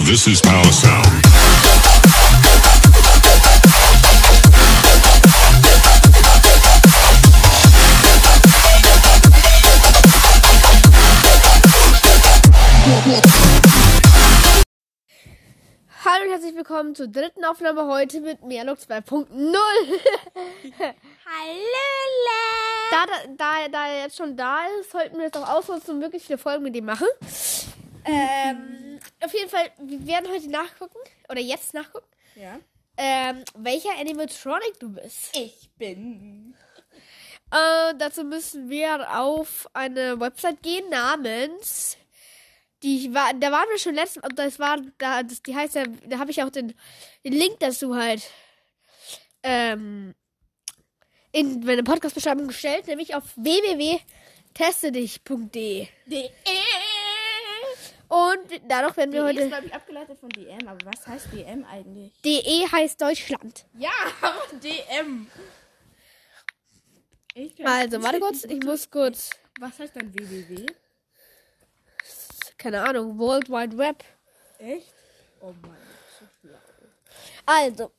This is Power Sound. Hallo und herzlich willkommen zur dritten Aufnahme heute mit Merlock 2.0. Hallöle! da, da, da, da er jetzt schon da ist, sollten wir jetzt auch ausnutzen und wirklich viele Folgen mit dem machen. Ähm, auf jeden Fall, wir werden heute nachgucken, oder jetzt nachgucken, Ja. ähm, welcher Animatronic du bist. Ich bin. Äh, dazu müssen wir auf eine Website gehen namens. Die war, da waren wir schon letztens, und das war, da, das, die heißt ja, da habe ich auch den, den Link dazu halt, ähm, in meine Podcast-Beschreibung gestellt, nämlich auf www.testedich.de. DM! Und dadurch werden wir DM E. ist, heute, glaube ich, abgeleitet von DM, aber was heißt DM eigentlich? de E heißt Deutschland. Ja, DM! Ich glaub- Also, warte kurz, ich muss kurz, Was heißt dann www? keine Ahnung, World Wide Web. Echt? Oh mein Gott. so schlau. Also,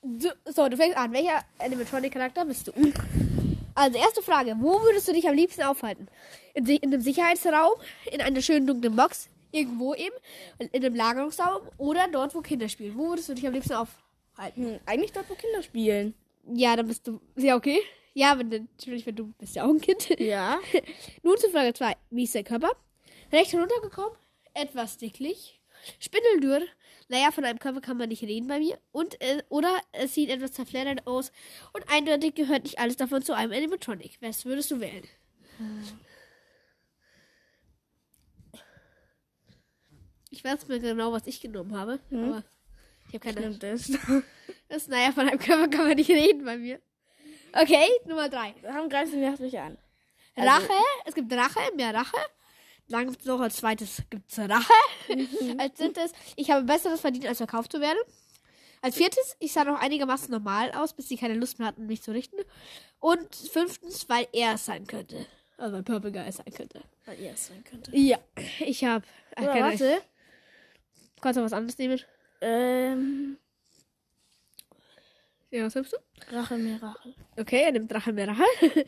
du, so, du fängst an. Welcher Animatronic-Charakter bist du? Also, erste Frage. Wo würdest du dich am liebsten aufhalten? In, si- in einem Sicherheitsraum, in einer schönen dunklen Box, irgendwo eben, in einem Lagerungsraum oder dort, wo Kinder spielen. Wo würdest du dich am liebsten aufhalten? Hm, eigentlich dort, wo Kinder spielen. Ja, dann bist du... Ja, okay. Ja, wenn, du- natürlich, wenn du bist ja auch ein Kind. Ja. Nun zu Frage 2. Wie ist der Körper? Recht heruntergekommen, etwas dicklich, spindeldürr. Naja, von einem Körper kann man nicht reden bei mir. Und, äh, oder es sieht etwas zerfleddert aus. Und eindeutig gehört nicht alles davon zu einem Animatronic. Was würdest du wählen? Ich weiß mir genau, was ich genommen habe. Aber ich habe keine Stimmt das? Das, naja, von einem Körper kann man nicht reden bei mir. Okay, Nummer 3. Warum greifst du mich nicht an? Also, Rache, es gibt Rache, mehr Rache. Dann gibt es noch als zweites gibt's Rache. als drittes, ich habe besseres verdient, als verkauft zu werden. Als viertes, ich sah noch einigermaßen normal aus, bis sie keine Lust mehr hatten, mich zu richten. Und fünftens, weil er es sein könnte. Also weil Purple Guy es sein könnte. Weil Also, ihr es sein könnte. Ja, ich habe. Ach, Oder keine was? Ahnung. Kannst du was anderes nehmen? Ähm, Ja, was nimmst du? Rache, mir Rache. Okay, er nimmt Drache mehr Rache.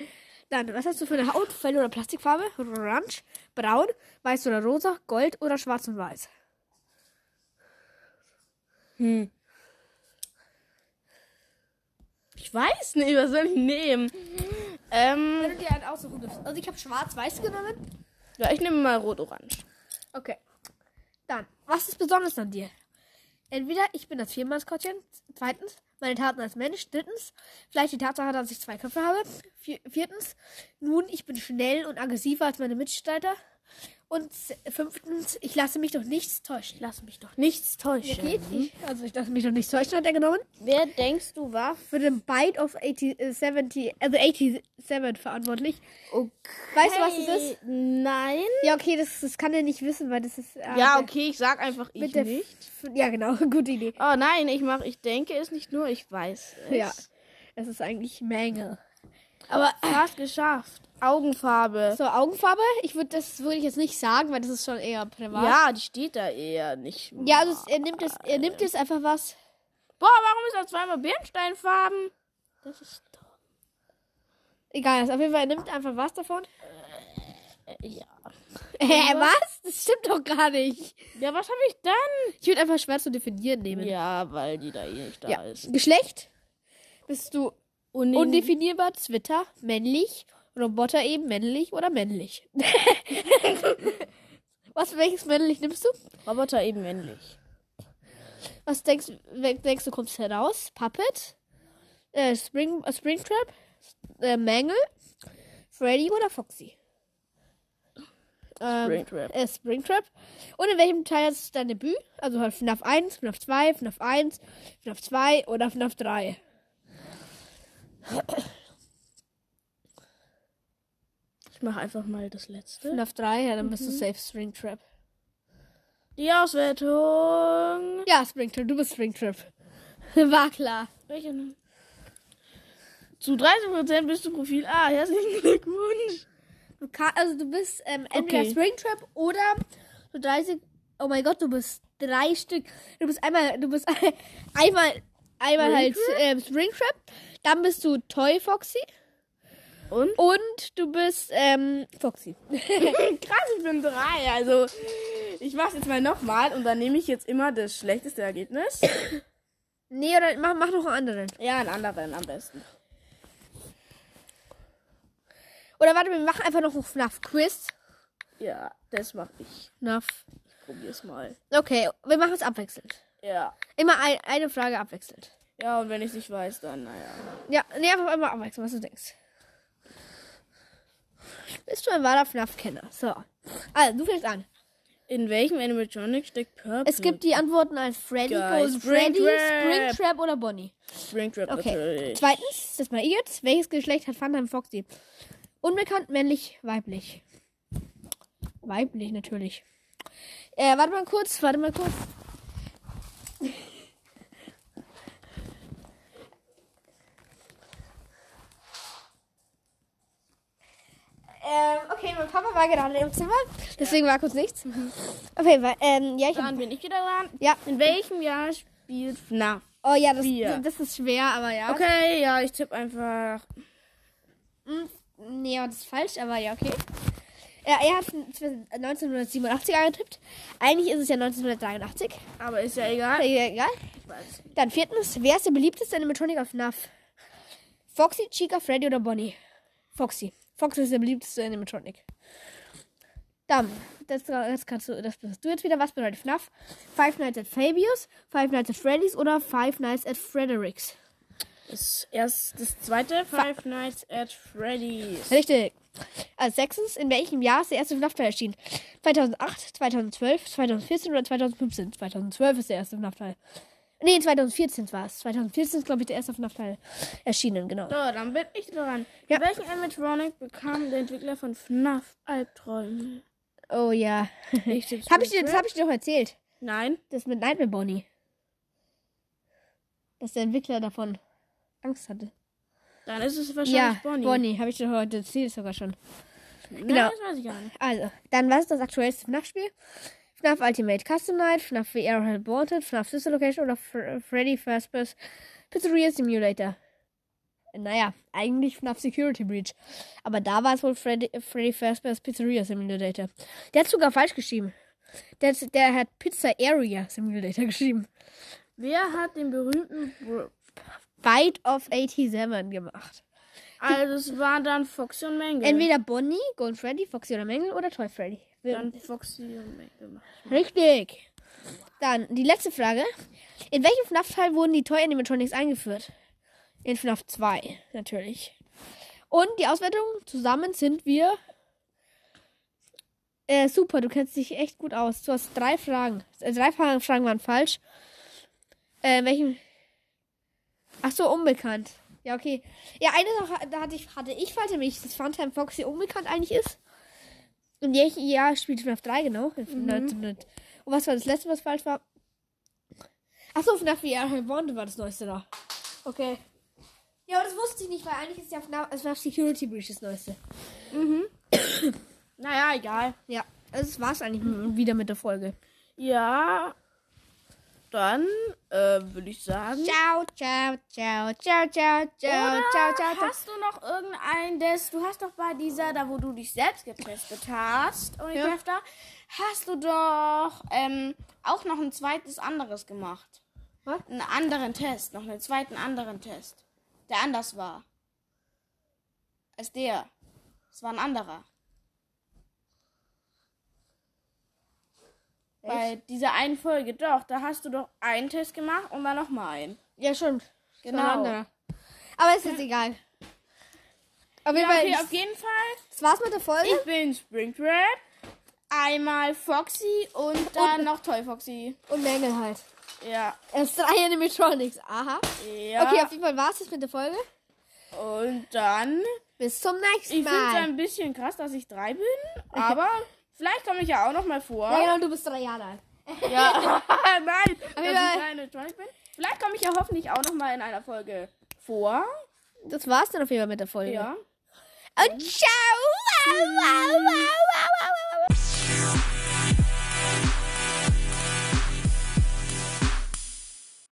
Dann, was hast du für eine Hautfell oder Plastikfarbe? Orange, braun, weiß oder rosa, gold oder schwarz und weiß? Hm. Ich weiß nicht, was soll ich nehmen? Ähm, Wenn du dir einen aussuchen darfst. Also ich habe schwarz-weiß genommen. ja, ich nehme mal rot-orange. Okay. Dann, was ist besonders an dir? Entweder ich bin das Firmenmaskottchen, zweitens meine Taten als Mensch, drittens vielleicht die Tatsache, dass ich zwei Köpfe habe, vier, viertens nun ich bin schnell und aggressiver als meine Mitstreiter und s- fünftens ich lasse mich durch nichts täuschen. Ich lasse mich doch Nichts täuschen. Okay, ich, also ich lasse mich doch nicht täuschen, hat er genommen. Wer denkst du war? Für den Bite of 80, äh, 70, also 87 verantwortlich. Okay. Weißt du, was es ist? Nein. Ja, okay, das, das kann er nicht wissen, weil das ist. äh, Ja, der- okay, ich sag einfach ich Mit der nicht. F- Ja, genau, gute Idee. Oh nein, ich mach, ich denke es nicht nur, ich weiß es. Ja, es ist eigentlich Mängel. Aber fast geschafft. Augenfarbe. So, Augenfarbe, ich würde das würde ich jetzt nicht sagen, weil das ist schon eher privat. Ja, die steht da eher nicht. Ja, also es, er nimmt es, er nimmt es einfach was. Boah, warum ist da zweimal Birnsteinfarben? Das ist doch. Egal, also auf jeden Fall, er nimmt einfach was davon. Äh, Ja. Hä, was? Das stimmt doch gar nicht. Ja, was habe ich dann? Ich würde einfach schwer zu definieren nehmen. Ja, weil die da eh nicht da Ja. ist. Geschlecht? Bist du Und undefinierbar, Twitter, männlich, Roboter eben, männlich oder männlich? was, welches männlich nimmst du? Roboter eben männlich. Was denkst, we- denkst du, kommst heraus? Puppet? Äh, Spring, äh, Springtrap? Äh, Mangle? Freddy oder Foxy? Ähm, Springtrap. Äh, Springtrap. Und in welchem Teil ist dein Debüt? Also halt FNAF 1, FNAF 2, FNAF 1, FNAF 2 oder FNAF 3? Ich mache einfach mal das letzte. FNAF 3, ja, dann bist du safe Springtrap. Die Auswertung. Ja, Springtrap, du bist Springtrap. War klar. Welche nun? Zu 30% bist du Profil A. Herzlichen Glückwunsch. Du kann, also du bist ähm, entweder Okay. Springtrap oder so 30. Oh mein Gott, du bist drei Stück. Du bist einmal, du bist einmal, einmal halt ähm, Springtrap, dann bist du Toy Foxy Und? Oh, und du bist ähm, Foxy. Krass, ich bin drei. Also, ich mach's jetzt mal nochmal und dann nehme ich jetzt immer das schlechteste Ergebnis. Nee, oder mach, mach noch einen anderen. Ja, einen anderen am besten. Oder warte, wir machen einfach noch einen FNAF-Quiz. Ja, das mach ich. FNAF. Ich probier's mal. Okay, wir machen es abwechselnd. Ja. Immer ein, eine Frage abwechselnd. Ja, und wenn ich nicht weiß, dann naja. Ja, nee, einfach immer abwechselnd, was du denkst. Bist du ein wahrer FNAF-Kenner? So. Also, du fängst an. In welchem Animatronic steckt Purple? Es gibt die Antworten als Freddy, Geil. Golden Freddy, Springtrap. Springtrap oder Bonnie. Springtrap Okay. natürlich. Zweitens, das mal ihr jetzt. Welches Geschlecht hat Phantom Foxy? Unbekannt, männlich, weiblich. Weiblich, natürlich. Äh, warte mal kurz, warte mal kurz. Ähm, okay, mein Papa war gerade im Zimmer, deswegen war kurz nichts. Okay, wa- ähm, ja, ich hab, Dann bin ich wieder dran. ja, In welchem Jahr spielt FNAF? oh ja, das, Vier. das ist schwer, aber ja. Okay, ja, ich tippe einfach. Hm, Nee, das ist falsch, aber ja, okay. Ja, er hat 1987 angetippt. Eigentlich ist es ja 1983. Aber ist ja Aber egal. egal. Ich weiß. Dann viertens, wer ist der beliebteste Animatronic auf NAV? Foxy, Chica, Freddy oder Bonnie? Foxy. Foxy ist der beliebteste Animatronic. Dann, das, das kannst du, das bist du jetzt wieder. Was bedeutet FNAF? Five Nights at Fabius, Five Nights at Freddy's oder Five Nights at Frederick's? Ist erst das zweite Five Nights at Freddy's. Richtig. Als sechstens, in welchem Jahr ist der erste FNAF-Teil erschienen? 2008, 2012, 2014 oder 2015? 2012 ist der erste FNAF-Teil. Nee, 2014 war es. 2014 ist, glaube ich, der erste FNAF-Teil erschienen, genau. So, dann bin ich dran. Ja. In welchem Animatronic bekam der Entwickler von FNAF Albträume? Oh ja. Ich tippe Hab ich dir, das habe ich dir doch erzählt. Nein. Das mit Nightmare Bonnie. Dass der Entwickler davon Angst hatte. Dann ist es Ja, wahrscheinlich Bonnie. Bonnie. Bonnie, habe ich dir heute erzählt sogar schon. Nein, Genau. das weiß ich gar nicht. Also, dann was ist das aktuellste FNAF-Spiel? FNAF Ultimate Custom Night, FNAF VR Hellbolted, FNAF Sister Location oder Fr Freddy Fazbear's Pizzeria Simulator? Naja, eigentlich FNAF Security Breach. Aber da war es wohl Freddy, Freddy Fazbear's Pizzeria Simulator. Der hat sogar falsch geschrieben. Der, hat- der hat Pizza Area Simulator geschrieben. Wer hat den berühmten. Br- Bite of 87 gemacht. Also, es waren dann Foxy und Mangle. Entweder Bonnie, Golden Freddy, Foxy oder Mangle oder Toy Freddy. Dann Foxy und Mangle machen. Richtig. Dann die letzte Frage. In welchem FNAF-Teil wurden die Toy Animatronics eingeführt? In FNAF 2, natürlich. Und die Auswertung, zusammen sind wir. Äh, super, du kennst dich echt gut aus. Du hast drei Fragen. Äh, drei Fra- Fragen waren falsch. Äh, welchen. Ach so, unbekannt. Ja, okay. Ja, eine Sache da hatte ich, hatte ich falsch, nämlich, dass Funtime Foxy unbekannt eigentlich ist. Und welchem Jahr spielt FNAF 3, genau? In 1900. Und was war das letzte, was falsch war? Achso, FNAF VR Reborn war das neueste da. Okay. Ja, aber das wusste ich nicht, weil eigentlich ist ja FNAF, also FNAF Security Breach das neueste. Naja, egal. Ja, also das war's eigentlich m- wieder mit der Folge. Ja. Dann äh, würde ich sagen. Ciao, ciao, ciao, ciao, ciao, ciao, Oder ciao, ciao, ciao. hast du noch irgendein des? Du hast doch bei dieser, da wo du dich selbst getestet hast, Unicrafter, hast du doch ähm, auch noch ein zweites anderes gemacht. Was? Einen anderen Test, noch einen zweiten anderen Test, der anders war als der. Es war ein anderer. Bei dieser einen Folge, doch, da hast du doch einen Test gemacht und dann nochmal einen. Ja, schon. Genau. Genau. Aber ist jetzt egal. Auf jeden Ja, Fall, okay, auf jeden Fall. das war's mit der Folge. Ich bin Springtrap, einmal Foxy und dann noch Toy Foxy. Und Mängel halt. Ja, Erst drei Animatronics. Aha. ja. Okay, auf jeden Fall war's das mit der Folge. und dann, Bis zum nächsten ich finde es Mal. ein bisschen krass, dass ich drei bin, aber vielleicht komme ich ja auch noch mal vor. Ja, genau, du bist drei Jahre alt. Ja, nein, dass ich egal. keine Electronic bin. Vielleicht komme ich ja hoffentlich auch noch mal in einer Folge vor. Das war's dann auf jeden Fall mit der Folge. Ja. Und ciao! Au, au, au, au, au, au, au.